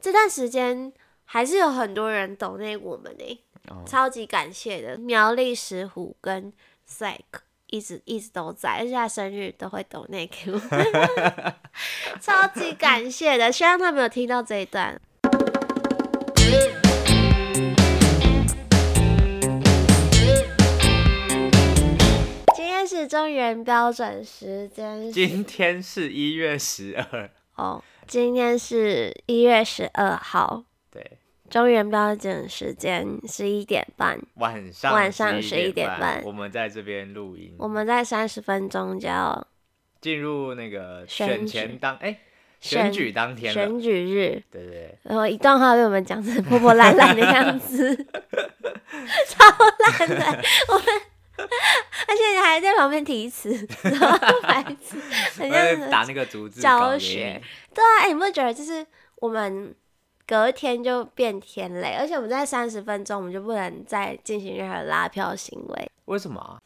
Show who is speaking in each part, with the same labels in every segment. Speaker 1: 这段时间还是有很多人抖内我们呢、
Speaker 2: 哦，
Speaker 1: 超级感谢的。苗栗石虎跟 Zack 一直一直都在，而且他生日都会抖内给我们， 超级感谢的。希望他们有听到这一段。今天是中原标准时 间
Speaker 2: 今天是一月十二，
Speaker 1: 哦，今天是一月十二号，
Speaker 2: 对，
Speaker 1: 中原标准时间十一点半。
Speaker 2: 晚上
Speaker 1: 晚上
Speaker 2: 11
Speaker 1: 11点半
Speaker 2: 我们在这边录音，
Speaker 1: 我们在三十分钟就要
Speaker 2: 进入那个
Speaker 1: 选
Speaker 2: 选
Speaker 1: 举
Speaker 2: 前当哎、选举当天了，
Speaker 1: 选举日，
Speaker 2: 对对对，
Speaker 1: 然后一段话被我们讲成破破烂烂的样 子，超烂的，我们。 而且你还在旁边提词，然后白痴，很
Speaker 2: 我
Speaker 1: 像
Speaker 2: 在
Speaker 1: 是
Speaker 2: 哎打那个逐字
Speaker 1: 教
Speaker 2: 稿给
Speaker 1: 学
Speaker 2: 你
Speaker 1: 对啊，哎、你不觉得就是我们隔天就变天嘞？而且我们在三十分钟，我们就不能再进行任何拉票行为，
Speaker 2: 为什么啊、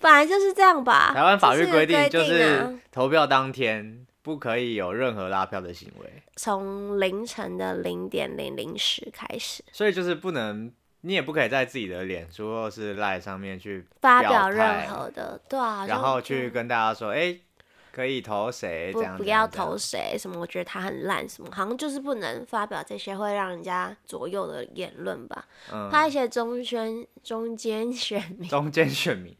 Speaker 1: 本来就是这样吧。
Speaker 2: 台湾法律
Speaker 1: 啊这
Speaker 2: 规
Speaker 1: 是
Speaker 2: 定
Speaker 1: 个
Speaker 2: 就
Speaker 1: 规定啊
Speaker 2: 是投票当天不可以有任何拉票的行为，
Speaker 1: 从凌晨的零点零零时开始
Speaker 2: 所以就是不能，你也不可以在自己的脸书或是赖上面去，
Speaker 1: 发
Speaker 2: 表
Speaker 1: 表
Speaker 2: 态
Speaker 1: 任何的，对啊，好像
Speaker 2: 然后去
Speaker 1: 就
Speaker 2: 跟大家说，哎、可以投谁这
Speaker 1: 不
Speaker 2: 样
Speaker 1: 不
Speaker 2: 这样
Speaker 1: 要
Speaker 2: 这样
Speaker 1: 投谁什么，我觉得他很烂什么，好像就是不能发表这些会让人家左右的言论吧。
Speaker 2: 嗯，
Speaker 1: 怕一些中宣中间 选民
Speaker 2: 中间选民。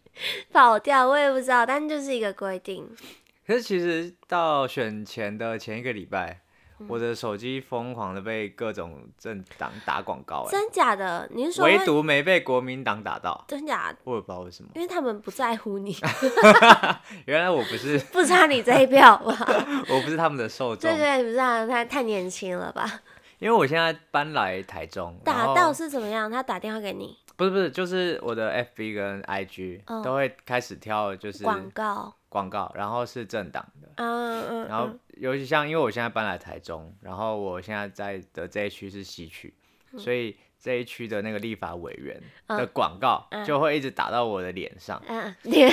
Speaker 1: 跑掉，我也不知道，但就是一个规定。
Speaker 2: 可是其实到选前的前一个礼拜，
Speaker 1: 嗯
Speaker 2: 我的手机疯狂的被各种政党打广告、哎，
Speaker 1: 真假的？你是说
Speaker 2: 唯
Speaker 1: 会
Speaker 2: 独没被国民党打到，
Speaker 1: 真假的？
Speaker 2: 我也不知道为什么。
Speaker 1: 因为他们不在乎你，
Speaker 2: 原来我不是
Speaker 1: 不差你这一票 吧？
Speaker 2: 我不是他们的受众
Speaker 1: 对，对，不是啊，太太年轻了吧？
Speaker 2: 因为我现在搬来台中，然
Speaker 1: 打
Speaker 2: 后
Speaker 1: 到是怎么样？他打电话给你
Speaker 2: 不是不是，就是我的 FB 跟 IG、
Speaker 1: 嗯
Speaker 2: 都会开始跳就是
Speaker 1: 广告，
Speaker 2: 广告，然后是政党的，
Speaker 1: 嗯嗯，
Speaker 2: 然后
Speaker 1: 嗯
Speaker 2: 尤其像因为我现在搬来台中，然后我现在在的这一区是西区，所以这一区的那个立法委员的广告
Speaker 1: 嗯嗯
Speaker 2: 就会一直打到我的脸上，
Speaker 1: 嗯，你，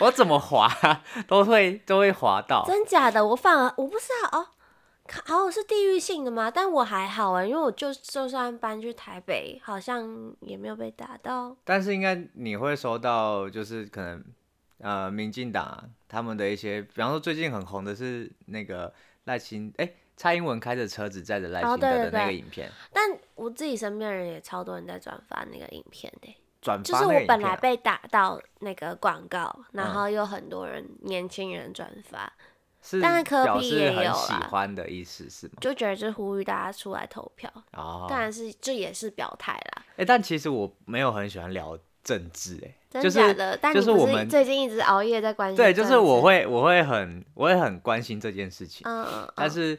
Speaker 2: 我怎么滑都会都会滑到
Speaker 1: 真假的？我反而我不知道哦。看哦，是地域性的吗？但我还好啊，因为我就就算搬去台北，好像也没有被打到。
Speaker 2: 但是应该你会收到，就是可能呃，民进党、啊、他们的一些，比方说最近很红的是那个赖清，哎、蔡英文开着车子载着赖
Speaker 1: 哦
Speaker 2: 清德
Speaker 1: 对对
Speaker 2: 的那个
Speaker 1: 对
Speaker 2: 影片，
Speaker 1: 但我自己身边的人也超多人在转发那个影片的、欸
Speaker 2: 转、
Speaker 1: 就
Speaker 2: 发
Speaker 1: 是
Speaker 2: 那
Speaker 1: 我
Speaker 2: 个影
Speaker 1: 本
Speaker 2: 片
Speaker 1: 来
Speaker 2: 啊。
Speaker 1: 被打到那个广告，然
Speaker 2: 嗯
Speaker 1: 后有很多人年轻人转发，
Speaker 2: 是
Speaker 1: 当然柯
Speaker 2: 表
Speaker 1: 批
Speaker 2: 示
Speaker 1: 也
Speaker 2: 很
Speaker 1: 有
Speaker 2: 喜
Speaker 1: 啦
Speaker 2: 欢的意思是吗？
Speaker 1: 就觉得就呼吁大家出来投票，
Speaker 2: 哦，
Speaker 1: 当然是这也是表态啦，
Speaker 2: 哎、但其实我没有很喜欢聊政治、欸，哎，
Speaker 1: 真
Speaker 2: 就是
Speaker 1: 假的？但
Speaker 2: 就
Speaker 1: 你
Speaker 2: 是
Speaker 1: 不
Speaker 2: 我
Speaker 1: 是
Speaker 2: 们
Speaker 1: 最近一直熬夜在关心
Speaker 2: 对，就是
Speaker 1: 政
Speaker 2: 我
Speaker 1: 治，
Speaker 2: 会我会很我会很关心这件事情，
Speaker 1: 嗯嗯，
Speaker 2: 但
Speaker 1: 嗯
Speaker 2: 是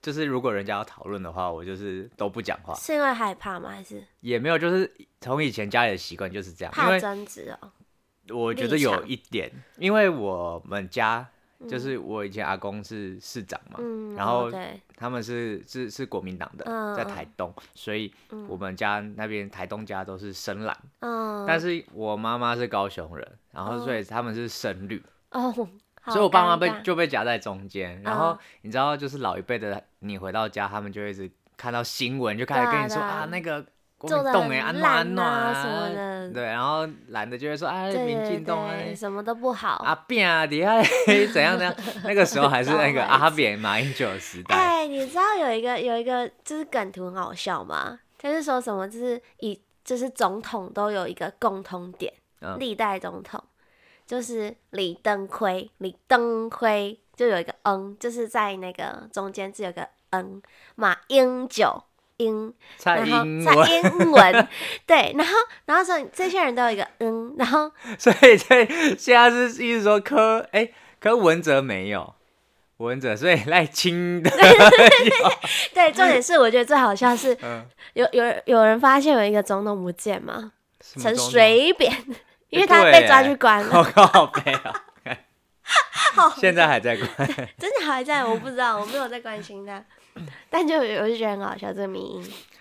Speaker 2: 就是如果人家要讨论的话，我就是都不讲话，
Speaker 1: 是因为害怕吗？还是
Speaker 2: 也没有就是从以前家里的习惯就是这样，啊因
Speaker 1: 怕
Speaker 2: 为
Speaker 1: 争执哦？
Speaker 2: 我觉得
Speaker 1: 立
Speaker 2: 有
Speaker 1: 场
Speaker 2: 一点，因为我们家就
Speaker 1: 嗯
Speaker 2: 是我以前阿公是市长嘛，
Speaker 1: 嗯，
Speaker 2: 啊然
Speaker 1: 哦
Speaker 2: 后
Speaker 1: 对，
Speaker 2: 他们是是是国民党的，
Speaker 1: 嗯
Speaker 2: 在
Speaker 1: 嗯
Speaker 2: 台东，所以我们家那边台东家都是深蓝。
Speaker 1: 嗯，
Speaker 2: 但是我妈妈是高雄人，然后所以他们是深绿，
Speaker 1: 哦，好
Speaker 2: 所以我爸妈
Speaker 1: 尴
Speaker 2: 被
Speaker 1: 尬
Speaker 2: 就被夹在中间。然后
Speaker 1: 嗯
Speaker 2: 你知道，就是老一辈的，你回到家，他们就会一直看到新闻，就开始
Speaker 1: 对啊
Speaker 2: 跟你说
Speaker 1: 对啊
Speaker 2: 啊，那个国
Speaker 1: 做的
Speaker 2: 民党哎，安
Speaker 1: 很
Speaker 2: 暖
Speaker 1: 烂
Speaker 2: 安暖
Speaker 1: 啊什么的，
Speaker 2: 对，然后懒得就会说啊，
Speaker 1: 对
Speaker 2: 民
Speaker 1: 对
Speaker 2: 进党啊。
Speaker 1: 对，什么都不好。
Speaker 2: 阿扁啊，底下 怎样 怎样？那个时候还是那个
Speaker 1: 超白痴
Speaker 2: 阿扁、马英九的时代，
Speaker 1: 哎、你知道有一个有一个就是梗图很好笑吗？他是说什么就是以就是总统都有一个共通点，
Speaker 2: 嗯
Speaker 1: 历代总统就是李登辉，李登辉就有一个嗯，就是在那个中间只有个嗯，马英九英，
Speaker 2: 蔡
Speaker 1: 然后
Speaker 2: 英
Speaker 1: 蔡
Speaker 2: 文，
Speaker 1: 英文， 对，然后然后说这些人都有一个嗯，然后
Speaker 2: 所以这现在是意思说柯哎、柯文哲没有文哲，所以赖清 德
Speaker 1: 对，重点是我觉得最好笑是
Speaker 2: 嗯
Speaker 1: 有有有人发现有一个总统不见吗？
Speaker 2: 什么
Speaker 1: 陈
Speaker 2: 中间
Speaker 1: 水 扁，因为他
Speaker 2: 对
Speaker 1: 被抓
Speaker 2: 耶
Speaker 1: 去关了，
Speaker 2: 好靠背啊，
Speaker 1: 好
Speaker 2: 现在还在关。
Speaker 1: 真的还在，我不知道，我没有在关心 他，但就有我就觉得很好笑这个迷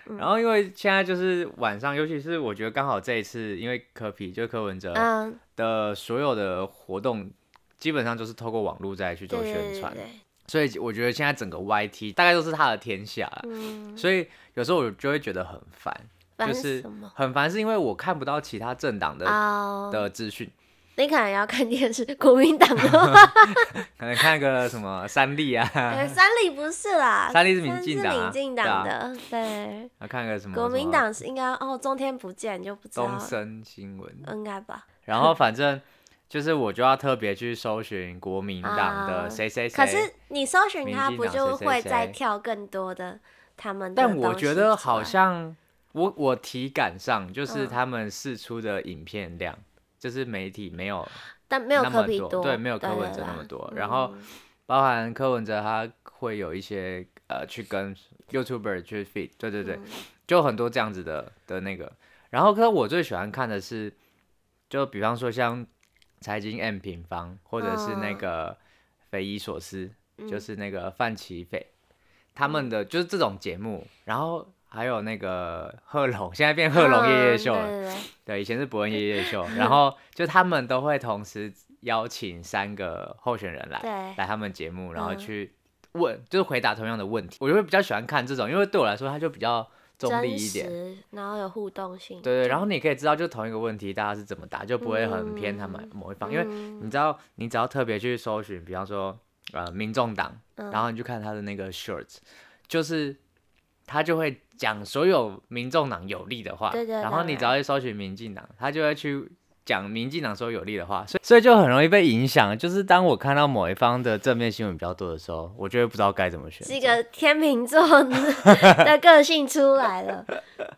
Speaker 1: 因，
Speaker 2: 然后因为现在就是晚上，尤其是我觉得刚好这一次，因为柯皮就柯文哲
Speaker 1: 嗯，
Speaker 2: 的所有的活动，基本上就是透过网络再去
Speaker 1: 对
Speaker 2: 做
Speaker 1: 对
Speaker 2: 宣
Speaker 1: 对对
Speaker 2: 传，
Speaker 1: 对，
Speaker 2: 所以我觉得现在整个 YT 大概都是他的天下啦，
Speaker 1: 嗯，
Speaker 2: 所以有时候我就会觉得很烦，
Speaker 1: 反
Speaker 2: 就
Speaker 1: 正
Speaker 2: 是
Speaker 1: 什么？
Speaker 2: 很烦，是因为我看不到其他政党的
Speaker 1: 哦、
Speaker 2: 的资讯，
Speaker 1: 你可能要看电视，国民党的话，
Speaker 2: 可能看个什么三立啊，
Speaker 1: 呃三立不是啦，
Speaker 2: 三立是民进党
Speaker 1: 是
Speaker 2: 啊
Speaker 1: 民进
Speaker 2: 对
Speaker 1: 党
Speaker 2: 啊
Speaker 1: 的，对，
Speaker 2: 啊看个什么
Speaker 1: 国民
Speaker 2: 什么
Speaker 1: 党是应该哦，中天不见就不知道
Speaker 2: 东
Speaker 1: 了，
Speaker 2: 森新闻，
Speaker 1: 应该吧？
Speaker 2: 然后反正就是我就要特别去搜寻国民党的谁谁谁。
Speaker 1: 啊可是你搜寻
Speaker 2: 民
Speaker 1: 它，
Speaker 2: 进
Speaker 1: 不
Speaker 2: 党
Speaker 1: 就
Speaker 2: 谁谁
Speaker 1: 会再
Speaker 2: 谁
Speaker 1: 跳更多的他们的
Speaker 2: 但我
Speaker 1: 东
Speaker 2: 觉
Speaker 1: 西
Speaker 2: 得
Speaker 1: 出
Speaker 2: 好
Speaker 1: 来
Speaker 2: 像我我体感上就是
Speaker 1: 嗯
Speaker 2: 他们试出的影片量，就是媒体没有
Speaker 1: 但没有
Speaker 2: 那
Speaker 1: 科
Speaker 2: 么
Speaker 1: 比
Speaker 2: 多
Speaker 1: 多，
Speaker 2: 对没有柯文哲那
Speaker 1: 啦嗯
Speaker 2: 么多然后包含柯文哲他会有一些呃去跟 YouTuber 去 fit，对对对，
Speaker 1: 嗯
Speaker 2: 就很多这样子的的那个。然后，可是我最喜欢看的是，就比方说像财经 M 平方，或者是那
Speaker 1: 嗯
Speaker 2: 个匪夷所思，
Speaker 1: 嗯
Speaker 2: 就是那个范奇斐他们的就是这种节目，然后。还有那个贺龙，现在变贺龙夜夜秀了。
Speaker 1: 嗯对对对
Speaker 2: 对，以前是伯恩夜夜秀，然后就他们都会同时邀请三个候选人来
Speaker 1: 对
Speaker 2: 来他们节目，然后
Speaker 1: 嗯
Speaker 2: 去问，就是回答同样的问题。我就会比较喜欢看这种，因为对我来说它就比较中立
Speaker 1: 真
Speaker 2: 一点。
Speaker 1: 实，然后有互动性。
Speaker 2: 对对，然后你可以知道，就同一个问题大家是怎么答，就不会很偏他们某一方，因为
Speaker 1: 嗯
Speaker 2: 你知道，你只要特别去搜寻，比方说呃民众党，
Speaker 1: 嗯
Speaker 2: 然后你去看他的那个 shorts，就是他就会讲所有民众党有利的话，
Speaker 1: 对对
Speaker 2: 然后
Speaker 1: 当
Speaker 2: 你
Speaker 1: 然
Speaker 2: 只要去搜寻民进党，他就会去。讲民进党说有利的话，所以所以就很容易被影响。就是当我看到某一方的正面新闻比较多的时候，我就会不知道该怎么选择。
Speaker 1: 是一个天秤座的 个性出来了，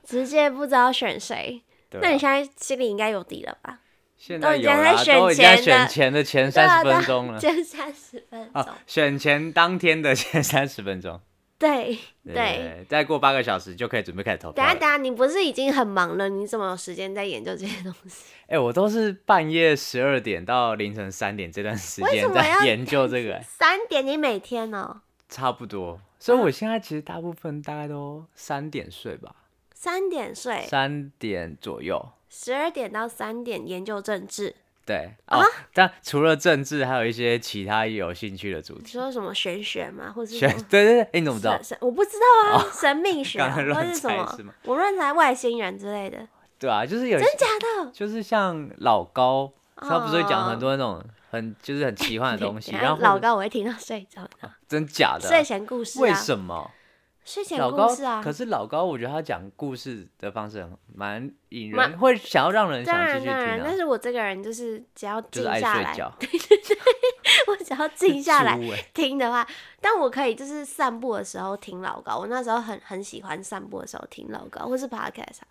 Speaker 1: 直接不知道选谁。
Speaker 2: 对
Speaker 1: 那
Speaker 2: 啊
Speaker 1: 你现在心里应该有底了吧？
Speaker 2: 现
Speaker 1: 都
Speaker 2: 在
Speaker 1: 已
Speaker 2: 有
Speaker 1: 经在
Speaker 2: 啦，
Speaker 1: 选
Speaker 2: 都已经在
Speaker 1: 前
Speaker 2: 选
Speaker 1: 了
Speaker 2: 前的前
Speaker 1: 对啊
Speaker 2: 三十
Speaker 1: 对啊
Speaker 2: 分钟了。
Speaker 1: 就三十分钟，
Speaker 2: 啊，选前当天的 前三十分钟，
Speaker 1: 对
Speaker 2: 对
Speaker 1: 对。
Speaker 2: 再过八个小时就可以准备开始投票
Speaker 1: 等
Speaker 2: 了。
Speaker 1: 下等下，你不是已经很忙了？你怎么有时间在研究这些东 西？
Speaker 2: 哎、我都是半夜十二点到凌晨三点这段时
Speaker 1: 为什
Speaker 2: 间
Speaker 1: 么
Speaker 2: 在
Speaker 1: 要
Speaker 2: 研究这个、哎
Speaker 1: 三点你每天哦，
Speaker 2: 差不多。所以我现在其实大部分大概都三点睡吧，
Speaker 1: 三点睡，
Speaker 2: 三点左右。
Speaker 1: 十二点到三点研究政治。
Speaker 2: 对
Speaker 1: 啊
Speaker 2: 哦，但除了政治，还有一些其他有兴趣的主
Speaker 1: 你
Speaker 2: 题。
Speaker 1: 说什么玄学吗？或是
Speaker 2: 选
Speaker 1: 什么
Speaker 2: 对对对，哎、你怎么知道哦
Speaker 1: 神？神我不知道啊，神 秘学
Speaker 2: 刚
Speaker 1: 啊
Speaker 2: 才
Speaker 1: 或
Speaker 2: 乱
Speaker 1: 是什
Speaker 2: 猜
Speaker 1: 么
Speaker 2: 是吗，
Speaker 1: 我乱猜外星人之类的，
Speaker 2: 对啊，就是有一
Speaker 1: 真
Speaker 2: 些，
Speaker 1: 假的？
Speaker 2: 就是像老高，他不是会讲很
Speaker 1: 哦
Speaker 2: 多那种很就是很奇幻的 东西，
Speaker 1: 等一下
Speaker 2: 然后
Speaker 1: 哦老
Speaker 2: 或者
Speaker 1: 高我会听到睡着的，
Speaker 2: 真假的啊、
Speaker 1: 睡前故事啊，
Speaker 2: 为什么？
Speaker 1: 睡前
Speaker 2: 老
Speaker 1: 故
Speaker 2: 高
Speaker 1: 事啊
Speaker 2: 可，是老高，我觉得他讲故事的方式很蛮引
Speaker 1: 蛮
Speaker 2: 人，会想要让人
Speaker 1: 当
Speaker 2: 想继
Speaker 1: 然
Speaker 2: 续听
Speaker 1: 当然，但
Speaker 2: 啊，
Speaker 1: 是我这个人就是只要
Speaker 2: 就
Speaker 1: 静
Speaker 2: 是爱
Speaker 1: 下
Speaker 2: 睡
Speaker 1: 来，
Speaker 2: 觉，
Speaker 1: 我只要静下来
Speaker 2: 是猪欸
Speaker 1: 听的话，但我可以就是散步的时候听老高，我那时候很很喜欢散步的时候听老高，或是 podcast 啊，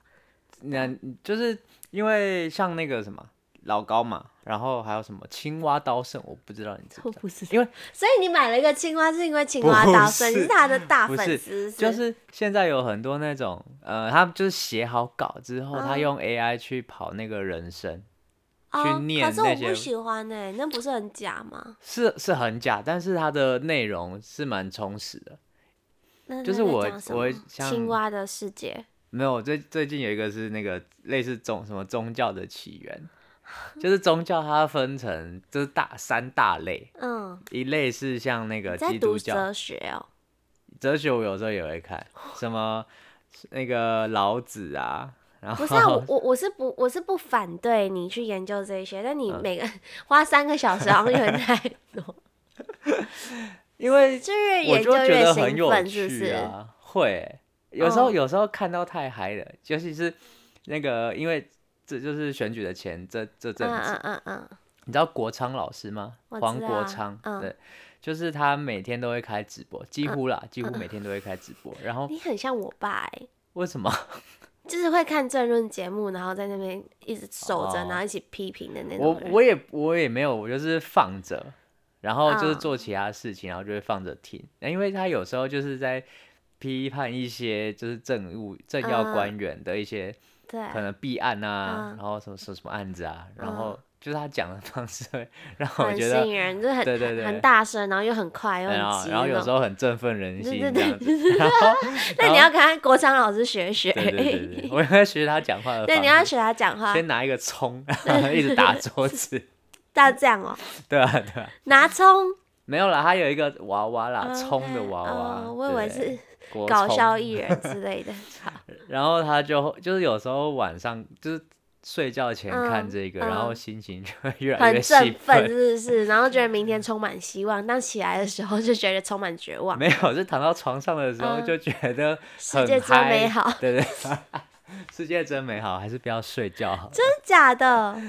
Speaker 2: 那就是因为像那个什么老高嘛，然后还有什么青蛙刀圣，我不知道你知
Speaker 1: 我
Speaker 2: 不知
Speaker 1: 不知
Speaker 2: 道，
Speaker 1: 道
Speaker 2: 因为
Speaker 1: 所以你买了一个青蛙是因为青蛙大圣，
Speaker 2: 不
Speaker 1: 你
Speaker 2: 是
Speaker 1: 是他的大
Speaker 2: 不
Speaker 1: 粉
Speaker 2: 是
Speaker 1: 丝，
Speaker 2: 就是现在有很多那种呃，他就是写好稿之后，他
Speaker 1: 嗯
Speaker 2: 用 AI 去跑那个人声，
Speaker 1: 哦
Speaker 2: 去念
Speaker 1: 可是我
Speaker 2: 那
Speaker 1: 不
Speaker 2: 些
Speaker 1: 喜欢呢、欸那不是很假吗？
Speaker 2: 是是很假，但是它的内容是蛮充实的。
Speaker 1: 那
Speaker 2: 就是
Speaker 1: 那在
Speaker 2: 我
Speaker 1: 讲什
Speaker 2: 我
Speaker 1: 么
Speaker 2: 像
Speaker 1: 青蛙的世界，
Speaker 2: 没有，最最近有一个是那个类似宗什么宗教的起源，就是宗教它分成就是大三大类，
Speaker 1: 嗯，
Speaker 2: 一类是像那个
Speaker 1: 你在
Speaker 2: 基
Speaker 1: 读
Speaker 2: 督教
Speaker 1: 哲学 哦、
Speaker 2: 哲学，我有时候也会看，什么那个老子啊，然后
Speaker 1: 不是啊，我我我是不我是不反对你去研究这些，但你
Speaker 2: 嗯
Speaker 1: 每个、 花三个小时好像有点 太多，
Speaker 2: 因为
Speaker 1: 就越
Speaker 2: 我
Speaker 1: 研
Speaker 2: 就
Speaker 1: 究
Speaker 2: 觉
Speaker 1: 越
Speaker 2: 得很
Speaker 1: 兴
Speaker 2: 有
Speaker 1: 奋，是不
Speaker 2: 趣
Speaker 1: 是？
Speaker 2: 啊，会欸有时候
Speaker 1: 哦
Speaker 2: 有时候看到太嗨了，尤其是那个因为这就是选举的前这这阵
Speaker 1: 嗯
Speaker 2: 子，
Speaker 1: 嗯嗯嗯，
Speaker 2: 你知道国昌老师吗？
Speaker 1: 我
Speaker 2: 黄
Speaker 1: 知道
Speaker 2: 国
Speaker 1: 啊
Speaker 2: 昌，
Speaker 1: 嗯
Speaker 2: 对，就是他每天都会开直播，几乎啦，几乎
Speaker 1: 嗯
Speaker 2: 每天都会开直 播。然后
Speaker 1: 你很像我爸哎、
Speaker 2: 为什么？
Speaker 1: 就是会看政论节目，然后在那边一直守着，
Speaker 2: 哦
Speaker 1: 然后一起批评的那
Speaker 2: 我
Speaker 1: 种人。
Speaker 2: 我也我也没有，我就是放着，然后就是
Speaker 1: 嗯
Speaker 2: 做其他事情，然后就会放着听。那因为他有时候就是在批判一些就是政务政要
Speaker 1: 嗯
Speaker 2: 官员的一些
Speaker 1: 对，
Speaker 2: 可能弊案啊，
Speaker 1: 嗯
Speaker 2: 然后什么什么什么案子啊，然
Speaker 1: 嗯
Speaker 2: 后就是他讲的方式会 让我
Speaker 1: 很
Speaker 2: 觉
Speaker 1: 吸
Speaker 2: 得，
Speaker 1: 引人，就是很
Speaker 2: 对对对
Speaker 1: 很大声，然后又很快又很
Speaker 2: 然后
Speaker 1: 急
Speaker 2: 哎然后有
Speaker 1: 那
Speaker 2: 时
Speaker 1: 种。
Speaker 2: 候很振奋人
Speaker 1: 对
Speaker 2: 心
Speaker 1: 对
Speaker 2: 这
Speaker 1: 对
Speaker 2: 样子，然后
Speaker 1: 那
Speaker 2: 然
Speaker 1: 你
Speaker 2: 后
Speaker 1: 要跟国昌老师学学，
Speaker 2: 对对对对，我要学他讲话的
Speaker 1: 对你要
Speaker 2: 方式，
Speaker 1: 学他讲话，
Speaker 2: 先拿一个 葱，然后一直打桌子，
Speaker 1: 要这样哦、
Speaker 2: 对啊对啊，
Speaker 1: 拿葱
Speaker 2: 没有啦，他有一个娃娃啦，
Speaker 1: 嗯
Speaker 2: 葱的娃娃，
Speaker 1: 哦我以为
Speaker 2: 对
Speaker 1: 是
Speaker 2: 国
Speaker 1: 搞
Speaker 2: 葱
Speaker 1: 笑艺人之类 的。好
Speaker 2: 然后他就就是有时候晚上就是睡觉前看
Speaker 1: 嗯
Speaker 2: 这个，然后
Speaker 1: 嗯
Speaker 2: 心情就会越来
Speaker 1: 很
Speaker 2: 越兴
Speaker 1: 振奋，是不是？然后觉得明 天充满希望，但起来的时候就觉得充满绝望，
Speaker 2: 没有，就躺到床上的时候
Speaker 1: 嗯
Speaker 2: 就觉得
Speaker 1: 世
Speaker 2: 很
Speaker 1: 界真
Speaker 2: 嗨
Speaker 1: 美好，
Speaker 2: 对对， 世界真美好，还是不要睡觉好了，
Speaker 1: 真的假 的？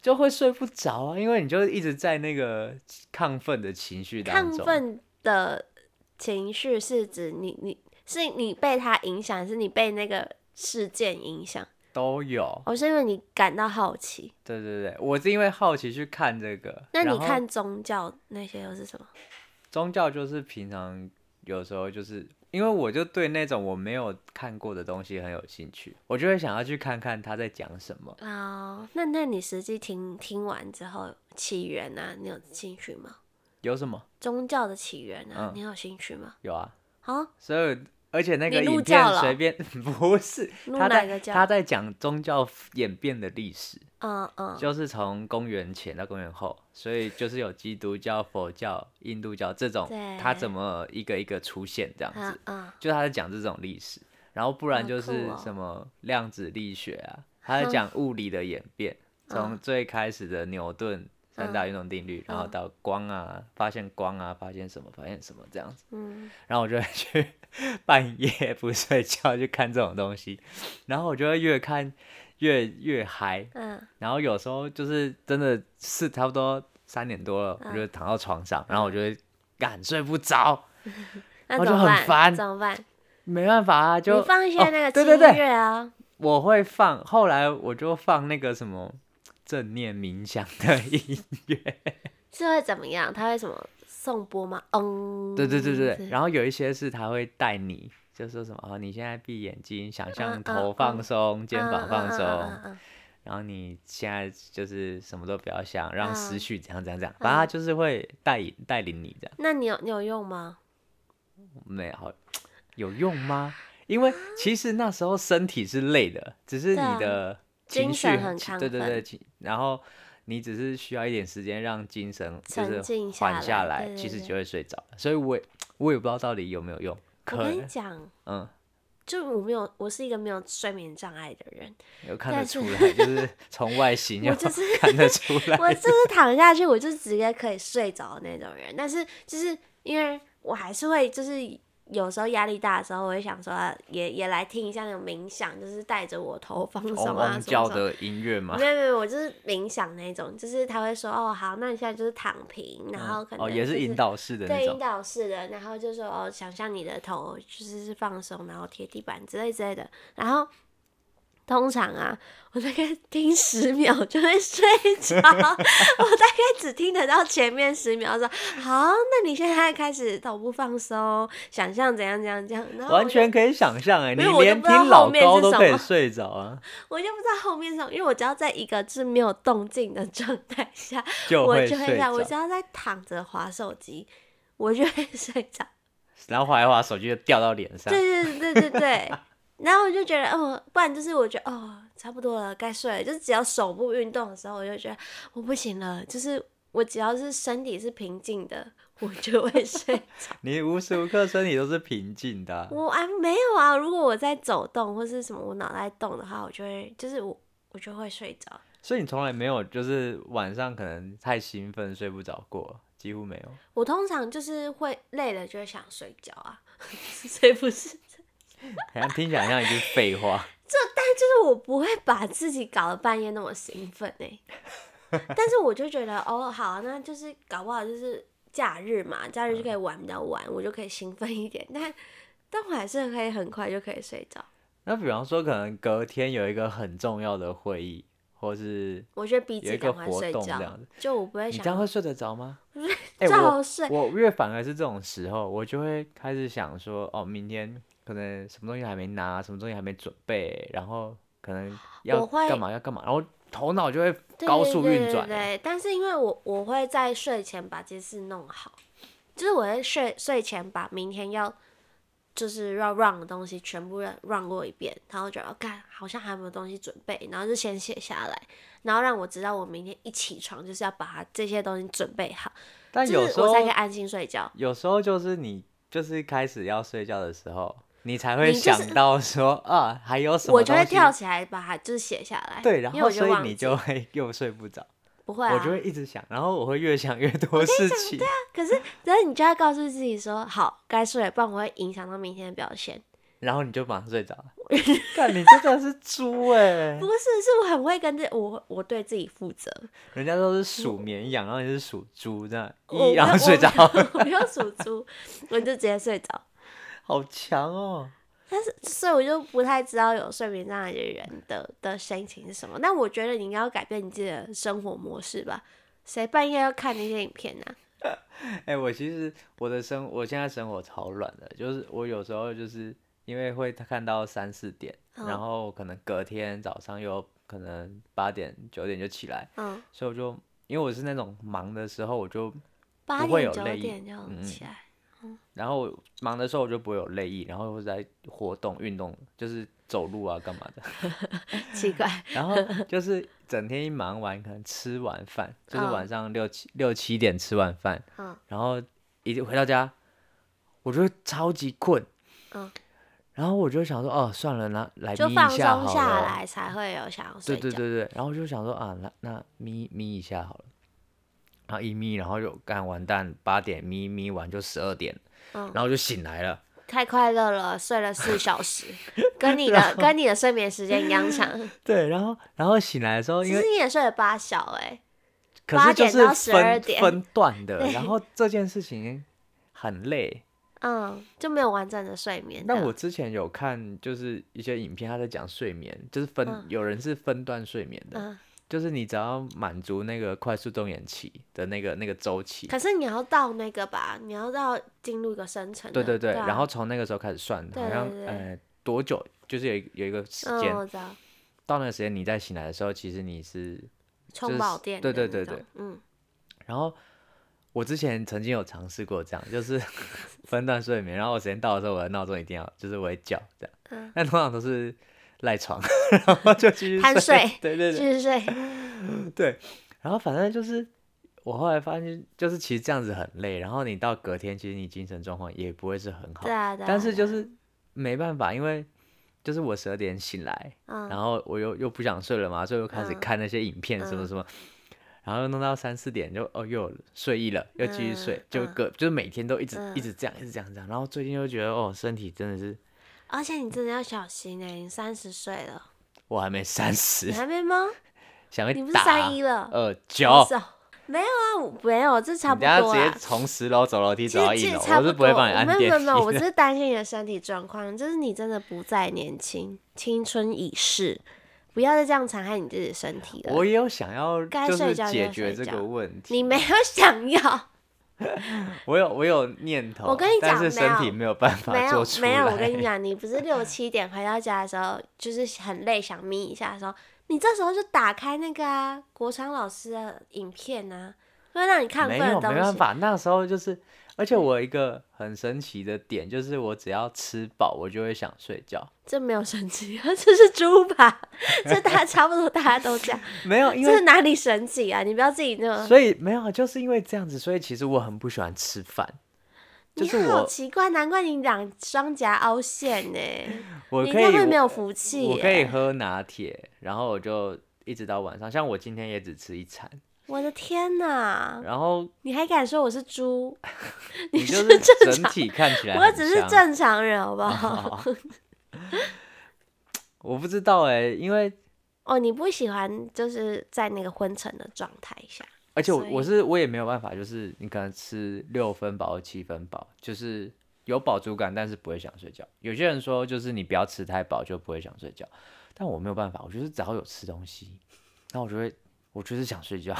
Speaker 2: 就会睡不着啊，因为你就一直在那个亢奋的情绪当
Speaker 1: 亢
Speaker 2: 中。
Speaker 1: 奋的情绪是指你你是你被它影响，还是你被那个事件影响？哦
Speaker 2: 都有，
Speaker 1: 我、是因为你感到好奇。
Speaker 2: 对对对，我是因为好奇去看这个。
Speaker 1: 那你
Speaker 2: 然后
Speaker 1: 看宗教那些又是什么？
Speaker 2: 宗教，就是平常有时候就是因为我就对那种我没有看过的东西很有兴趣，我就会想要去看看他在讲什么。
Speaker 1: 哦、那那你实际听听完之后，起源啊，你有兴趣吗？
Speaker 2: 有什么？
Speaker 1: 宗教的起源啊，
Speaker 2: 嗯
Speaker 1: 你有兴趣吗？哦
Speaker 2: 有啊，
Speaker 1: 好、
Speaker 2: 所以而且那
Speaker 1: 你
Speaker 2: 个
Speaker 1: 入
Speaker 2: 影
Speaker 1: 教
Speaker 2: 片
Speaker 1: 了
Speaker 2: 随便 不是
Speaker 1: 入
Speaker 2: 他
Speaker 1: 哪个
Speaker 2: 在
Speaker 1: 教
Speaker 2: 他在讲宗教演变的历史，
Speaker 1: 嗯嗯，
Speaker 2: 就是从公元前到公元后，所以就是有基督教、佛教、印度教这种，他
Speaker 1: 对
Speaker 2: 怎么一个一个出现这样子
Speaker 1: 啊。啊，
Speaker 2: 就他在讲这种历史，然后不然
Speaker 1: 好
Speaker 2: 就
Speaker 1: 酷
Speaker 2: 是
Speaker 1: 哦
Speaker 2: 什么量子力学啊，他在讲物理的演变，从最开始的牛顿三大运动定律，然后
Speaker 1: 嗯
Speaker 2: 到光啊，发现光啊，发现什么，发现什么这样子，
Speaker 1: 嗯，
Speaker 2: 然后我就会去 半夜不睡觉去看这种东西，然后我就会越看越越嗨，
Speaker 1: 嗯
Speaker 2: 然后有时候就是真的是差不多三点多了，我就
Speaker 1: 嗯
Speaker 2: 躺到床上，然后我就会干睡不着，
Speaker 1: 那
Speaker 2: 我
Speaker 1: 怎么
Speaker 2: 哦就很
Speaker 1: 办？
Speaker 2: 烦
Speaker 1: 怎么办？
Speaker 2: 没办法啊，就
Speaker 1: 你放一些
Speaker 2: 哦
Speaker 1: 那个轻
Speaker 2: 对对对
Speaker 1: 音乐啊，
Speaker 2: 我会放，后来我就放那个什么正念冥想 的音乐，
Speaker 1: 是会怎么样？它会什么送播吗？嗯，
Speaker 2: 对对对对，
Speaker 1: 是
Speaker 2: 然后有一些是他会带你，就说什么哦，你现在闭眼睛，想象
Speaker 1: 嗯
Speaker 2: 头
Speaker 1: 嗯
Speaker 2: 放松，肩膀
Speaker 1: 嗯
Speaker 2: 放松，
Speaker 1: 嗯嗯嗯嗯
Speaker 2: 然后你现在就是什么都不要想，让
Speaker 1: 嗯
Speaker 2: 思绪怎样怎样怎样，反正他就是会带引带领你这样，
Speaker 1: 那你有你有用吗？
Speaker 2: 没有好有用吗？因为其实那时候身体是累的，只是
Speaker 1: 对啊
Speaker 2: 你的
Speaker 1: 精
Speaker 2: 情绪
Speaker 1: 神很
Speaker 2: 起
Speaker 1: 亢
Speaker 2: 对对对，
Speaker 1: 奋
Speaker 2: 情然后你只是需要一点时间让精神就
Speaker 1: 沉
Speaker 2: 是
Speaker 1: 静下
Speaker 2: 缓下
Speaker 1: 来
Speaker 2: 来，
Speaker 1: 对
Speaker 2: 其
Speaker 1: 对
Speaker 2: 实
Speaker 1: 对
Speaker 2: 就会睡着了。所以我也我也不知道到底有没有用，
Speaker 1: 我
Speaker 2: 可
Speaker 1: 跟你
Speaker 2: 能
Speaker 1: 讲，
Speaker 2: 嗯，
Speaker 1: 就我没有，我是一个没有睡眠障碍的人，
Speaker 2: 有看得
Speaker 1: 但是
Speaker 2: 出来，就是从外形
Speaker 1: 我
Speaker 2: 就
Speaker 1: 就是
Speaker 2: 看得出来。
Speaker 1: 我就是躺下去，我就直接可以睡着的那种人。但是就是因为我还是会，就是有时候压力大的时候，我会想说、啊也也来听一下那种冥想，就是带着我头放松
Speaker 2: 嗡
Speaker 1: 啊
Speaker 2: 嗡
Speaker 1: 什么
Speaker 2: 哦叫
Speaker 1: 什么。
Speaker 2: 的音乐嘛
Speaker 1: 没，有没有，我就是冥想那种，就是他会说哦好，那你现在就是躺平，然后可能、
Speaker 2: 哦也是引。导式的那
Speaker 1: 对，引
Speaker 2: 种，
Speaker 1: 导式的，然后就说哦，想象你的头就是是放松，然后贴地板之类之类的，然后通常啊，我大概听十秒就会睡着，我大概只听得到前面十秒说好，那你现在开始头部放松，想象怎样怎样怎样，然后我
Speaker 2: 完
Speaker 1: 就
Speaker 2: 全可以想象哎，你
Speaker 1: 没有我就
Speaker 2: 连
Speaker 1: 不知道后
Speaker 2: 听老
Speaker 1: 面
Speaker 2: 高
Speaker 1: 是
Speaker 2: 都
Speaker 1: 什
Speaker 2: 可以
Speaker 1: 么
Speaker 2: 睡着啊，
Speaker 1: 我就不知道后面是什么，因为我只要在一个是没有动静的状态下，
Speaker 2: 就
Speaker 1: 我
Speaker 2: 会
Speaker 1: 就
Speaker 2: 睡
Speaker 1: 会在，
Speaker 2: 着
Speaker 1: 我，只要在躺着划手机，我就会睡着。
Speaker 2: 然后滑一滑手机就掉到脸上，
Speaker 1: 对对对对对对。 然后我就觉得，哦，不然就是我觉得，哦，差不多了，该睡了。就是只要手部运动的时候，我就觉得我不行了。就是我只要是身体是平静的，我就会睡。
Speaker 2: 你无时无刻身体都是平静的啊，
Speaker 1: 我啊，没有啊，如果我在走动或是什么，我脑袋动的话，我就会，就是我我就会睡着。
Speaker 2: 所以你从来没有就是晚上可能太兴奋睡不着过，几乎没有。
Speaker 1: 我通常就是会累了就会想睡觉啊， 所以不是，就
Speaker 2: 好像听起来像一句废话。
Speaker 1: 是我不会把自己搞得半夜那么兴奋哎、 但是我就觉得哦，好啊，那就是搞不好就是假日嘛，假日就可以玩比较晚，我就可以兴奋一点，但但我还是可以很快就可以睡着。
Speaker 2: 那比方说，可能隔天有一个很重要的会议，或是
Speaker 1: 我觉得比
Speaker 2: 有
Speaker 1: 起
Speaker 2: 一个
Speaker 1: 赶快
Speaker 2: 活
Speaker 1: 睡
Speaker 2: 动这
Speaker 1: 觉
Speaker 2: 样子，
Speaker 1: 就我不会
Speaker 2: 你这样
Speaker 1: 想
Speaker 2: 会睡得着 吗？哎、
Speaker 1: 照
Speaker 2: 我
Speaker 1: 睡。
Speaker 2: 我越反而是这种时候，我就会开始想说，哦，明天可能什么东西还没拿，什么东西还没准备，然后可能要
Speaker 1: 我会
Speaker 2: 干嘛要干嘛，然后头脑就会
Speaker 1: 对
Speaker 2: 高
Speaker 1: 对
Speaker 2: 速
Speaker 1: 对
Speaker 2: 运
Speaker 1: 对
Speaker 2: 转
Speaker 1: 对
Speaker 2: 欸。
Speaker 1: 但是因为我我会在睡前把这件事弄好，就是我会睡睡前把明天要就是要让的东西全部让过一遍，然后觉得哦干好像还有没有东西准备，然后就先写下来，然后让我知道我明天一起床就是要把它这些东西准备好，
Speaker 2: 但
Speaker 1: 就
Speaker 2: 有
Speaker 1: 是
Speaker 2: 时候
Speaker 1: 我才可以安心睡觉。
Speaker 2: 有时候就是你就是开始要睡觉的时候，你才会
Speaker 1: 你就是
Speaker 2: 想到说啊，还有什么
Speaker 1: 我就
Speaker 2: 东
Speaker 1: 会
Speaker 2: 西
Speaker 1: 跳起来把它就是写下来，
Speaker 2: 对，然
Speaker 1: 因为
Speaker 2: 后
Speaker 1: 我就
Speaker 2: 所
Speaker 1: 忘
Speaker 2: 以你
Speaker 1: 记
Speaker 2: 就会又睡不着，
Speaker 1: 不会啊，
Speaker 2: 我就会一直想，然后我会越想越多事情。
Speaker 1: 可是，然后你就要告诉自己说，好，该睡了，不然我会影响到明天的表现。
Speaker 2: 然后你就马上睡着了。看你真的是猪哎、
Speaker 1: 不是，是我很会跟这，我我对自己负责。
Speaker 2: 人家都是属绵羊，然后你是属猪，这样
Speaker 1: 我
Speaker 2: 一然后睡着，
Speaker 1: 我没有属猪，我就直接睡着。
Speaker 2: 好强哦！
Speaker 1: 但是，所以我就不太知道有睡眠障碍的人的的心情是什么。但我觉得你应该要改变你自己的生活模式吧。谁半夜要看那些影片呢、啊
Speaker 2: 哎、我其实我的生，我现在生活超乱的，就是我有时候就是因为会看到三四点，然
Speaker 1: 嗯
Speaker 2: 后可能隔天早上又可能八点九点就起来，
Speaker 1: 嗯，
Speaker 2: 所以我就因为我是那种忙的时候，我就
Speaker 1: 八
Speaker 2: 不会
Speaker 1: 点
Speaker 2: 有
Speaker 1: 九
Speaker 2: 累意
Speaker 1: 点就
Speaker 2: 嗯嗯
Speaker 1: 起来，
Speaker 2: 然后我忙的时候我就不会有累意，然后或者在活动运动，就是走路啊干嘛 的，
Speaker 1: 奇 怪，
Speaker 2: 然后就是整天一忙完，可能吃完饭就是
Speaker 1: 嗯
Speaker 2: 晚上六七六七点吃完饭，
Speaker 1: 嗯
Speaker 2: 然后一定回到家，我就会超级困，
Speaker 1: 嗯，
Speaker 2: 然后我就想说，哦，算了，那来
Speaker 1: 就
Speaker 2: 眯
Speaker 1: 放
Speaker 2: 一
Speaker 1: 松
Speaker 2: 下好
Speaker 1: 下
Speaker 2: 了。
Speaker 1: 来才会有想要睡
Speaker 2: 对
Speaker 1: 觉。
Speaker 2: 对对对，然后我就想说啊，那那眯眯一下好了，然后一眯，然后就干完蛋，八点眯眯完就十二点，
Speaker 1: 嗯
Speaker 2: 然后就醒来了。
Speaker 1: 太快乐了，睡了四小 时，跟你的跟你的睡眠时间一样长。
Speaker 2: 对，然后然后醒来的时候，
Speaker 1: 其
Speaker 2: 因
Speaker 1: 实
Speaker 2: 为
Speaker 1: 你也睡了八小哎、
Speaker 2: 可是就
Speaker 1: 8点到
Speaker 2: 是分
Speaker 1: 12点
Speaker 2: 分段的，
Speaker 1: 对
Speaker 2: 然后这件事情很累。
Speaker 1: 嗯，就没有完整的睡眠的。
Speaker 2: 那我之前有看，就是一些影片，他在讲睡眠，就是分、
Speaker 1: 嗯
Speaker 2: 有人是分段睡眠的，
Speaker 1: 嗯，
Speaker 2: 就是你只要满足那个快速动眼期的那个那个周期，
Speaker 1: 可是你要到那个吧，你要到进入一个深层的。
Speaker 2: 对对对，
Speaker 1: 啊
Speaker 2: 然后从那个时候开始算，
Speaker 1: 对
Speaker 2: 好像
Speaker 1: 对对
Speaker 2: 呃多久，就是有一有一个时间，
Speaker 1: 嗯，我知道，
Speaker 2: 到那个时间你再醒来的时候，其实你是，
Speaker 1: 充饱电的那
Speaker 2: 对
Speaker 1: 种。
Speaker 2: 对对对
Speaker 1: 嗯，
Speaker 2: 然后我之前曾经有尝试过这样，就是 分段睡眠，然后我时间到的时候，我的闹钟一定要就是我会叫这样，
Speaker 1: 嗯
Speaker 2: 但通常都是赖床， 然后就继续
Speaker 1: 贪睡
Speaker 2: 对对对
Speaker 1: 继续睡。
Speaker 2: 对，然后反正就是。我后来发现，就是其实这样子很累，然后你到隔天，其实你精神状况也不会是很好
Speaker 1: 对。啊对啊。
Speaker 2: 但是就
Speaker 1: 对啊
Speaker 2: 是没办法，因为就是我十二点醒来，
Speaker 1: 嗯，
Speaker 2: 然后我又又不想睡了嘛，所以又开始
Speaker 1: 嗯
Speaker 2: 看那些影片什么什么，然后又弄到三四点就哦又有睡意了，又继续睡，
Speaker 1: 嗯
Speaker 2: 就
Speaker 1: 嗯
Speaker 2: 个、就是每天都一直、一
Speaker 1: 嗯
Speaker 2: 直这样一直这样这样，然后最近又觉得哦身体真的是
Speaker 1: 而且你真的要小心哎、你三十岁了，
Speaker 2: 我还没三十
Speaker 1: 你，还没吗？
Speaker 2: 想被
Speaker 1: 你不是
Speaker 2: 打
Speaker 1: 三一了？
Speaker 2: 二九。
Speaker 1: 不是哦没有啊，我没有，这差
Speaker 2: 你
Speaker 1: 不
Speaker 2: 等下
Speaker 1: 多
Speaker 2: 直接
Speaker 1: 啦。
Speaker 2: 从十楼走楼梯
Speaker 1: 其
Speaker 2: 走到
Speaker 1: 实
Speaker 2: 一
Speaker 1: 其实
Speaker 2: 楼，
Speaker 1: 差
Speaker 2: 我是
Speaker 1: 多，
Speaker 2: 会帮你按
Speaker 1: 没
Speaker 2: 电
Speaker 1: 有没有
Speaker 2: 梯
Speaker 1: 没有，我只
Speaker 2: 的。
Speaker 1: 是担心你的身体状况，就是你真的不再年轻，青春已逝，不要再这样残害你自己的身体了。
Speaker 2: 我也有想要
Speaker 1: 该
Speaker 2: 就
Speaker 1: 睡
Speaker 2: 是
Speaker 1: 觉就
Speaker 2: 解
Speaker 1: 要
Speaker 2: 决
Speaker 1: 睡
Speaker 2: 这
Speaker 1: 觉
Speaker 2: 个问题，
Speaker 1: 你没有想 要，
Speaker 2: 我有我有念头，
Speaker 1: 我跟你
Speaker 2: 但
Speaker 1: 讲
Speaker 2: 是身体没有办
Speaker 1: 没
Speaker 2: 法
Speaker 1: 有
Speaker 2: 做出来。
Speaker 1: 没有，我跟你 讲，你不是六七点回到家的时候，就是很累想眯一下的时候，你这时候就打开那个啊国昌老师的影片啊，会让你亢
Speaker 2: 没
Speaker 1: 奋
Speaker 2: 有
Speaker 1: 的
Speaker 2: 没
Speaker 1: 东
Speaker 2: 办
Speaker 1: 西。
Speaker 2: 法，那时候就是，而且我有一个很神奇的点，就是我只要吃饱，我就会想睡 觉。
Speaker 1: 这没有神奇，这是猪吧？这大家差不多，大家都这样。
Speaker 2: 没 有，因
Speaker 1: 这是
Speaker 2: 为
Speaker 1: 哪里神奇啊？你不要自己那么。
Speaker 2: 所以没有，就是因为这样子，所以其实我很不喜欢吃饭。就
Speaker 1: 你
Speaker 2: 是
Speaker 1: 好
Speaker 2: 我，
Speaker 1: 奇怪，难怪你两双颊凹陷呢、
Speaker 2: 我
Speaker 1: 你
Speaker 2: 可
Speaker 1: 这样会没
Speaker 2: 以，
Speaker 1: 有福气、
Speaker 2: 我可以。喝拿铁，然后我就一直到晚上。像我今天也只吃一餐，
Speaker 1: 我的天哪！
Speaker 2: 然后
Speaker 1: 你还敢说我是猪？
Speaker 2: 你就是
Speaker 1: 正
Speaker 2: 整
Speaker 1: 常
Speaker 2: 体看起来很香，
Speaker 1: 我只是正常人，好不 好？
Speaker 2: 哦。我不知道哎、因为
Speaker 1: 哦，你不喜欢就是在那个昏沉的状态下，
Speaker 2: 而且我
Speaker 1: 所
Speaker 2: 我
Speaker 1: 以
Speaker 2: 是我也没有办法，就是你可能吃六分饱、七分饱，就是有饱足感，但是不会想睡觉。有些人说就是你不要吃太饱就不会想睡觉，但我没有办法，我就是只要有吃东西，那我就会我就是想睡觉，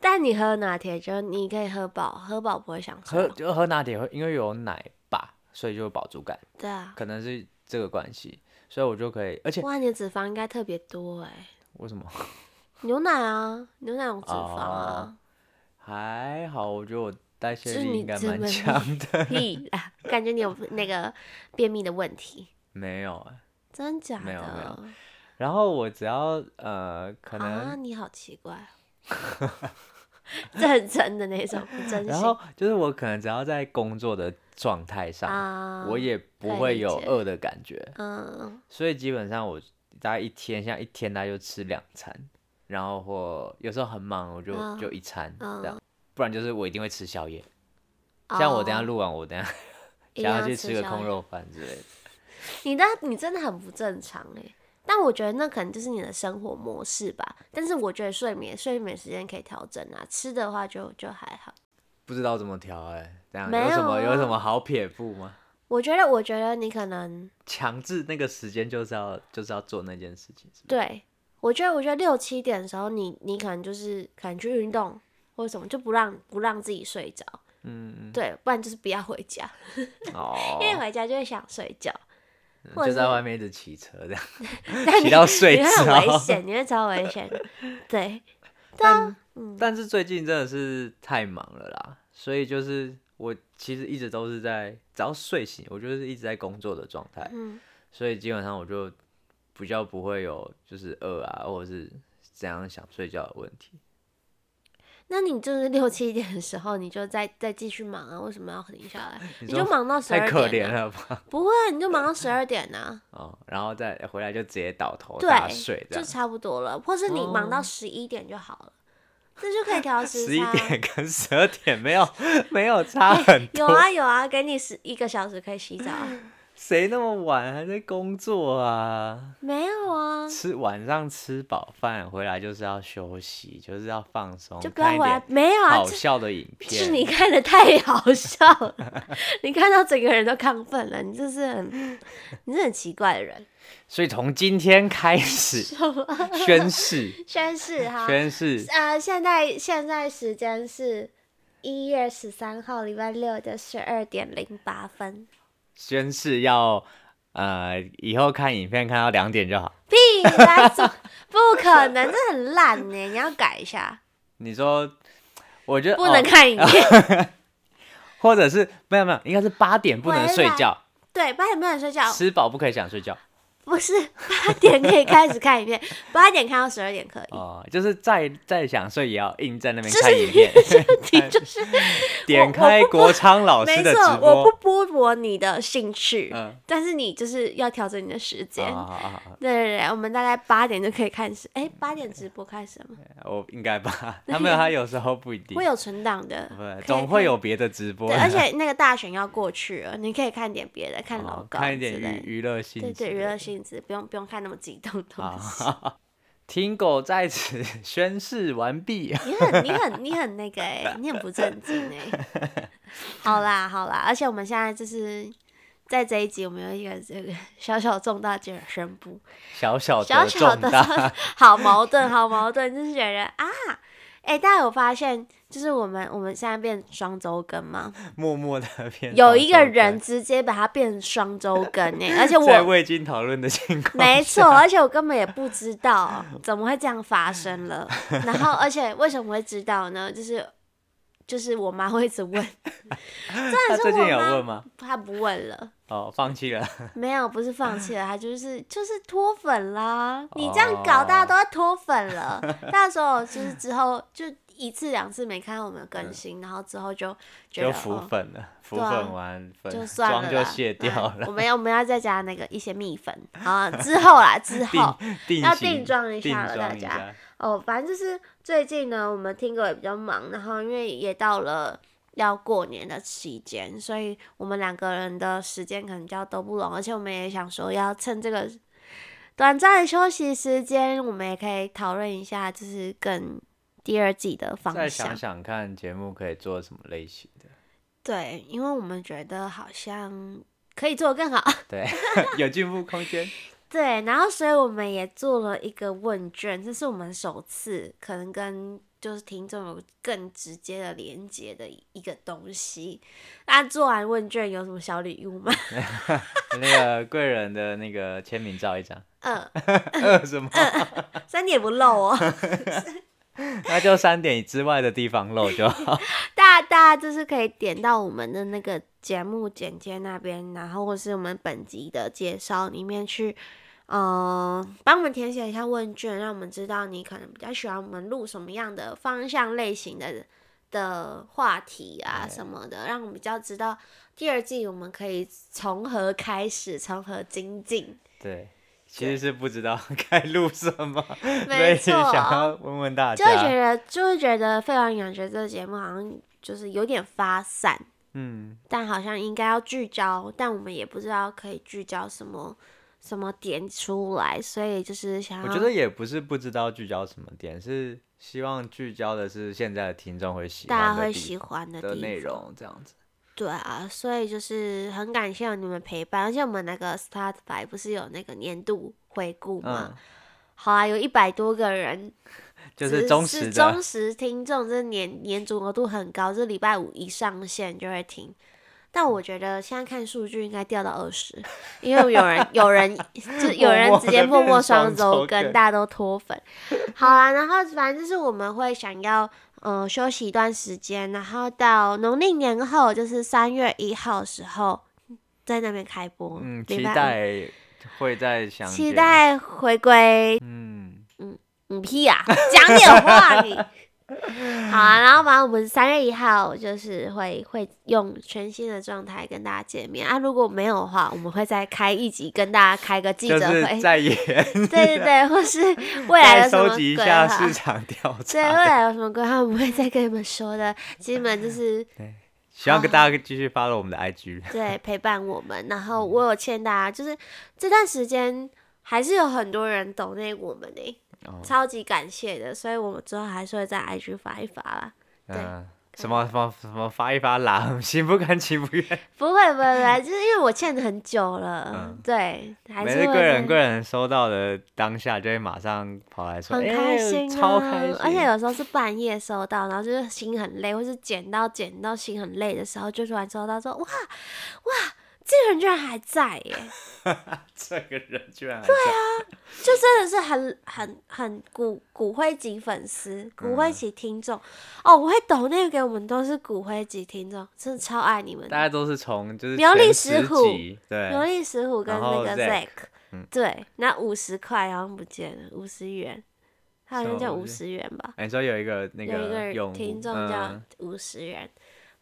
Speaker 1: 但你喝拿铁就你可以喝饱，喝饱不会想睡
Speaker 2: 喝
Speaker 1: 哦。
Speaker 2: 就喝拿铁会因为有奶吧，所以就有饱足感，
Speaker 1: 对啊，
Speaker 2: 可能是这个关系，所以我就可以，而且
Speaker 1: 哇，你的脂肪应该特别多哎、
Speaker 2: 为什么
Speaker 1: 牛奶啊，牛奶有脂肪啊，
Speaker 2: 还好？我觉得我代谢
Speaker 1: 就是
Speaker 2: 力
Speaker 1: 你
Speaker 2: 应该
Speaker 1: 这
Speaker 2: 蛮
Speaker 1: 么
Speaker 2: 强的。
Speaker 1: 屁啦！感觉你有那个便秘的问题，
Speaker 2: 没有啊。
Speaker 1: 真假的？
Speaker 2: 没有没有然后我只要呃，可能
Speaker 1: 啊，你好奇怪，这很真的那种，不真
Speaker 2: 然
Speaker 1: 心
Speaker 2: 后就是我可能只要在工作的状态上，
Speaker 1: 啊。
Speaker 2: 我也不
Speaker 1: 可以
Speaker 2: 会
Speaker 1: 理
Speaker 2: 有
Speaker 1: 解
Speaker 2: 饿的感觉，
Speaker 1: 嗯，
Speaker 2: 所以基本上我大概一天，像一天大概就吃两餐，然后或有时候很忙我就、
Speaker 1: 嗯
Speaker 2: 就一餐
Speaker 1: 嗯
Speaker 2: 这样，不然就是我一定会吃宵夜。像我等一
Speaker 1: 哦
Speaker 2: 下录完，我等一下
Speaker 1: 一定
Speaker 2: 想
Speaker 1: 要
Speaker 2: 去
Speaker 1: 吃
Speaker 2: 吃个
Speaker 1: 宵
Speaker 2: 空
Speaker 1: 夜
Speaker 2: 肉饭之类的。
Speaker 1: 你的你真的很不正常哎、但我觉得那可能就是你的生活模式吧。但是我觉得睡眠睡眠时间可以调整啊，吃的话就就还好。
Speaker 2: 不知道怎么调哎、这样
Speaker 1: 没
Speaker 2: 有什么
Speaker 1: 有
Speaker 2: 有什
Speaker 1: 啊
Speaker 2: 么好撇步吗？
Speaker 1: 我觉得我觉得你可能
Speaker 2: 强制那个时间就是要就是要做那件事情，是不是
Speaker 1: 对我觉得我觉得六七点的时候你，你可能就是可能去运动或者什么，就不让不让自己睡着。
Speaker 2: 嗯，
Speaker 1: 对，不然就是不要回家，
Speaker 2: 哦
Speaker 1: 因，为回家就会想睡觉，
Speaker 2: 嗯
Speaker 1: 或者
Speaker 2: 就是在外面一直骑车这样，
Speaker 1: 但
Speaker 2: 骑
Speaker 1: 你
Speaker 2: 到睡
Speaker 1: 你会很危
Speaker 2: 着。
Speaker 1: 险，你会超危险的。对，
Speaker 2: 但但是最近真的是太忙了啦，所以就是我其实一直都是在，只要睡醒，我就是一直在工作的状态，
Speaker 1: 嗯，
Speaker 2: 所以基本上我就比较不会有就是饿啊，或者是怎样想睡觉的问题。
Speaker 1: 那你就是六七点的时候，你就再再继续忙啊？为什么要停下来？
Speaker 2: 你
Speaker 1: 你
Speaker 2: 说
Speaker 1: 就忙到十
Speaker 2: 太
Speaker 1: 二
Speaker 2: 可
Speaker 1: 点、
Speaker 2: 怜
Speaker 1: 啊，
Speaker 2: 了吧？
Speaker 1: 不会，你就忙到十二点呢、
Speaker 2: 哦，然后再回来就直接倒头
Speaker 1: 对
Speaker 2: 大睡，这
Speaker 1: 就
Speaker 2: 样。
Speaker 1: 差不多了，或是你忙到
Speaker 2: 哦
Speaker 1: 十一点就好了，这就可以调时
Speaker 2: 十一
Speaker 1: 差。
Speaker 2: 点跟十二点没有 没有差很
Speaker 1: 有
Speaker 2: 多，
Speaker 1: 啊有啊，给你十一个小时可以洗澡啊，
Speaker 2: 谁那么晚还在工作啊？
Speaker 1: 没有啊，
Speaker 2: 吃晚上吃饱饭回来就是要休息，就是要放松，
Speaker 1: 就不要
Speaker 2: 看
Speaker 1: 回
Speaker 2: 一
Speaker 1: 来
Speaker 2: 点，
Speaker 1: 没有啊，
Speaker 2: 好
Speaker 1: 这
Speaker 2: 笑的影
Speaker 1: 是
Speaker 2: 片。
Speaker 1: 你看的太好笑了， 你看到整个人都亢奋了，你这是很，你是很奇怪的人。
Speaker 2: 所以从今天开始 宣誓，
Speaker 1: 宣誓 哈，
Speaker 2: 宣誓
Speaker 1: 呃，现在现在时间是一月十三号礼拜六的十二点零八分。
Speaker 2: 宣誓要呃，以后看影片看到两点就好。
Speaker 1: 屁啦，怎么不可能，这很烂呢，你要改一下，
Speaker 2: 你说，我觉得
Speaker 1: 不能
Speaker 2: 哦，
Speaker 1: 看影 片。
Speaker 2: 或者是没有没有，应该是八点不能
Speaker 1: 回
Speaker 2: 睡
Speaker 1: 来
Speaker 2: 觉，
Speaker 1: 对，八点不能睡觉，
Speaker 2: 吃饱不可以想睡觉。
Speaker 1: 不是八点可以开始看影片，八点看到十二点可以。
Speaker 2: 哦，就是再再想睡也要硬在那边
Speaker 1: 就是
Speaker 2: 看影 片，哎
Speaker 1: 你就是
Speaker 2: 点
Speaker 1: 我
Speaker 2: 开国昌老师
Speaker 1: 没
Speaker 2: 的
Speaker 1: 错
Speaker 2: 哦直，
Speaker 1: 我
Speaker 2: 播。
Speaker 1: 不剥夺你的兴趣，
Speaker 2: 嗯，哦
Speaker 1: 但是你就是要调整你的时间。
Speaker 2: 好好好好，
Speaker 1: 对对对，我们大概八点就可以开始。哎，八点直播开始了吗？
Speaker 2: 我哦应该 吧？他们他有时候不一定
Speaker 1: 会，有存档的
Speaker 2: 不，
Speaker 1: 可以
Speaker 2: 总会。有别的直播
Speaker 1: 可以对，
Speaker 2: 的，
Speaker 1: 而且那个大选要过去了，你可以看点别的，看老
Speaker 2: 哦
Speaker 1: 高
Speaker 2: 看一
Speaker 1: 之
Speaker 2: 点
Speaker 1: 类的。
Speaker 2: 娱娱乐性
Speaker 1: 对
Speaker 2: 质，
Speaker 1: 对，娱乐性质不用不用看那么激动的
Speaker 2: 啊
Speaker 1: 东西。
Speaker 2: 哈哈。听狗在此 宣誓完毕。
Speaker 1: 你很你很你很那个哎、你很不正经哎、 好啦好啦，而且我们现在就是在这一集，我们有一个这个小小重大的宣布，
Speaker 2: 小小
Speaker 1: 小
Speaker 2: 的
Speaker 1: 小
Speaker 2: 重
Speaker 1: 的
Speaker 2: 大，
Speaker 1: 好矛盾，好矛盾，就是觉得啊，哎、大家有发现，就是我们我们现在变双周更吗？
Speaker 2: 默默 的片。
Speaker 1: 有一个人直接把它变成双周更哎、而且
Speaker 2: 在
Speaker 1: 我
Speaker 2: 未经讨论的情况，
Speaker 1: 没错，而且我根本也不知 道怎么会这样发生了。然后，而且为什么会知道呢？就是就是我妈会一 直问，
Speaker 2: 他
Speaker 1: 真的是
Speaker 2: 最近
Speaker 1: 我
Speaker 2: 有
Speaker 1: 妈
Speaker 2: 问吗？
Speaker 1: 她不问了。
Speaker 2: 哦，放弃了。
Speaker 1: 没有，不是放弃了，他就是就是脱粉啦。你这样搞，大家都要脱粉了。
Speaker 2: 哦
Speaker 1: 到时候就是之后就一次两次没看到我们更新，然后之后就觉
Speaker 2: 嗯就
Speaker 1: 得
Speaker 2: 浮
Speaker 1: 哦
Speaker 2: 粉了，浮
Speaker 1: 对啊
Speaker 2: 粉完粉
Speaker 1: 就算了
Speaker 2: 妆
Speaker 1: 啦，
Speaker 2: 就卸掉
Speaker 1: 嗯
Speaker 2: 了，
Speaker 1: 我们要我们要再加那个一些蜜粉啊，之后啦， 之后
Speaker 2: 定定
Speaker 1: 要
Speaker 2: 型
Speaker 1: 定妆一
Speaker 2: 定
Speaker 1: 下了，大
Speaker 2: 妆一
Speaker 1: 家。
Speaker 2: 下。
Speaker 1: 哦，反正就是最近呢，我们听歌也比较忙，然后因为也到了要过年的期间，所以我们两个人的时间可能比较都不拢，而且我们也想说要趁这个短暂的休息时间，我们也可以讨论一下，就是更第二季的方
Speaker 2: 再
Speaker 1: 向
Speaker 2: 想。想看节目可以做什么类型的，
Speaker 1: 对，因为我们觉得好像可以做得更好。
Speaker 2: 对， 有进步空间。
Speaker 1: 对，然后所以我们也做了一个问卷，这是我们首次可能跟就是听众有更直接的连接的一个东西。那做完问卷有什么小礼物吗？
Speaker 2: 那个贵人的那个签名照一张，呃
Speaker 1: 嗯，
Speaker 2: 呃，什么？
Speaker 1: 所以你也不漏哦。
Speaker 2: 那就三点之外的地方漏就好。
Speaker 1: 大家大家就是可以点到我们的那个节目简介那边，然后或是我们本集的介绍里面去，呃，帮我们填写一下问卷，让我们知道你可能比较喜欢我们录什么样的方向类型的的话题啊
Speaker 2: 对
Speaker 1: 什么的，让我们比较知道第二季我们可以从何开始，从何精 进。
Speaker 2: 对，其实是不知道 该录什么，所
Speaker 1: 没
Speaker 2: 以
Speaker 1: 错
Speaker 2: 想要问问大
Speaker 1: 就会
Speaker 2: 家
Speaker 1: 觉。得，就会觉得《废玩养学》这个节目好像就是有点发散，
Speaker 2: 嗯，
Speaker 1: 但好像应该要聚焦，但我们也不知道可以聚焦什么什么点出来，所以就是想要，
Speaker 2: 我觉得也不是不知道聚焦什么点，是希望聚焦的是现在的听众会喜
Speaker 1: 大家
Speaker 2: 欢的
Speaker 1: 会
Speaker 2: 地
Speaker 1: 喜欢的
Speaker 2: 的
Speaker 1: 地
Speaker 2: 内
Speaker 1: 方
Speaker 2: 容，这样子。
Speaker 1: 对啊，所以就是很感谢有你们陪伴，而且我们那个 Startify 不是有那个年度回顾吗？
Speaker 2: 嗯，
Speaker 1: 好啊，有一百多个人，
Speaker 2: 就
Speaker 1: 只
Speaker 2: 是忠实的
Speaker 1: 忠，实听众，这年年着额度很高，这礼拜五一上线就会听。但我觉得现在看数据应该掉到二十，因为有人有人 就有人直接默默双周
Speaker 2: 默默地变双周
Speaker 1: 跟，
Speaker 2: 更
Speaker 1: 大家都脱粉。好啦，然后反正就是我们会想要嗯、呃休息一段时间，然后到农历年后就是三月一号时候在那边开播，
Speaker 2: 嗯，
Speaker 1: 礼
Speaker 2: 期
Speaker 1: 拜五
Speaker 2: 待会再相
Speaker 1: 期
Speaker 2: 见，
Speaker 1: 待回归
Speaker 2: 嗯，
Speaker 1: 你屁呀、讲点话你。好啊，然后反正我们三月一号就是会会用全新的状态跟大家见面啊。如果没有的话，我们会再开一集跟大家开个记
Speaker 2: 就
Speaker 1: 者会，
Speaker 2: 是再也
Speaker 1: 对对对，或是未来
Speaker 2: 再
Speaker 1: 的什
Speaker 2: 收
Speaker 1: 么
Speaker 2: 集
Speaker 1: 规
Speaker 2: 一下
Speaker 1: 划，
Speaker 2: 市场调
Speaker 1: 对啊未
Speaker 2: 查，
Speaker 1: 来有什么规划，我们会再跟你们说的。基本就是
Speaker 2: 希望跟大家继续 follow 我们的 IG。
Speaker 1: 对陪伴我们，然后我有欠大家，就是这段时间还是有很多人懂那我们呢、
Speaker 2: 哦
Speaker 1: 超级感谢的，所以我们之后还是会在 IG 发一发啦。对
Speaker 2: 嗯，什么什么什么发一发啦， 心不甘情不愿。
Speaker 1: 不会不会不 会，就是因为我欠很久了，
Speaker 2: 嗯
Speaker 1: 对，还
Speaker 2: 每
Speaker 1: 是
Speaker 2: 次
Speaker 1: 会
Speaker 2: 贵人
Speaker 1: 在
Speaker 2: 贵人收到的当下，就会马上跑来说，
Speaker 1: 很
Speaker 2: 哎
Speaker 1: 开心、啊
Speaker 2: 超开心，
Speaker 1: 而且有时候是半夜收到，然后就是心很累，或是捡到捡到心很累的时候，就突然收到说哇哇，这个人居然还在 耶，
Speaker 2: 这个人居然
Speaker 1: 啊
Speaker 2: 还在，
Speaker 1: 就真的是很很很骨骨灰级粉丝、骨灰
Speaker 2: 嗯
Speaker 1: 级听众、哦，我会抖那个给我们都是骨灰级听众，真的超爱你们的，
Speaker 2: 大家都是从就是
Speaker 1: 苗栗
Speaker 2: 前
Speaker 1: 石
Speaker 2: 十
Speaker 1: 虎
Speaker 2: 集，
Speaker 1: 牛
Speaker 2: 对，
Speaker 1: 力石虎跟
Speaker 2: 然
Speaker 1: 那
Speaker 2: 后
Speaker 1: 个
Speaker 2: Zack，
Speaker 1: Zack，、
Speaker 2: 嗯
Speaker 1: 对，那五十块好像不见了，五十元，他好像
Speaker 2: 什
Speaker 1: 叫
Speaker 2: 么
Speaker 1: 五
Speaker 2: 东西
Speaker 1: 十元吧，
Speaker 2: 哎你说有一个那
Speaker 1: 有一个
Speaker 2: 个
Speaker 1: 人
Speaker 2: 用
Speaker 1: 听
Speaker 2: 户，
Speaker 1: 众叫
Speaker 2: 嗯，
Speaker 1: 五十元，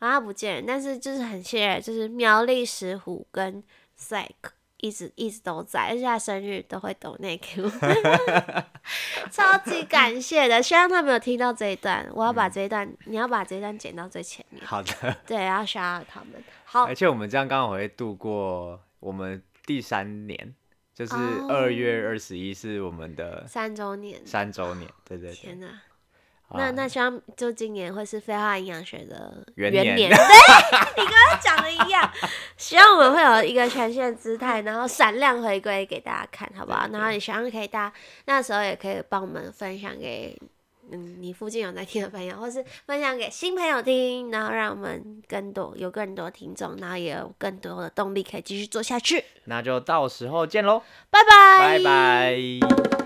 Speaker 1: 然后他不见了，但是就是很谢谢，就是苗栗石虎跟 Zack 一直一直都在，而且他生日都会抖内给我， 超级感谢的。希望他没有听到这一段，我要
Speaker 2: 嗯
Speaker 1: 把这一段，你要把这一段剪到最前面，
Speaker 2: 好的，
Speaker 1: 对，然后 s h 他们，好
Speaker 2: 而，且我们这样刚好会度过我们第三年，就是
Speaker 1: 哦
Speaker 2: 二月二十一是我们的
Speaker 1: 三周年，
Speaker 2: 三周年，对对对
Speaker 1: 天，哪！
Speaker 2: 好
Speaker 1: 那
Speaker 2: 啊
Speaker 1: 那希望就今年会是废话营养学的
Speaker 2: 元
Speaker 1: 年，
Speaker 2: 年
Speaker 1: 对 你跟他讲的一样。希望我们会有一个全新的姿态，然后闪亮回归给大家看，好不好？然后也希望可以大家那时候也可以帮我们分享给嗯你附近有在听的朋友，或是分享给新朋友听，然后让我们更多有更多听众，然后也有更多的动力可以继续做下去。
Speaker 2: 那就到时候见喽，
Speaker 1: 拜拜，
Speaker 2: 拜拜。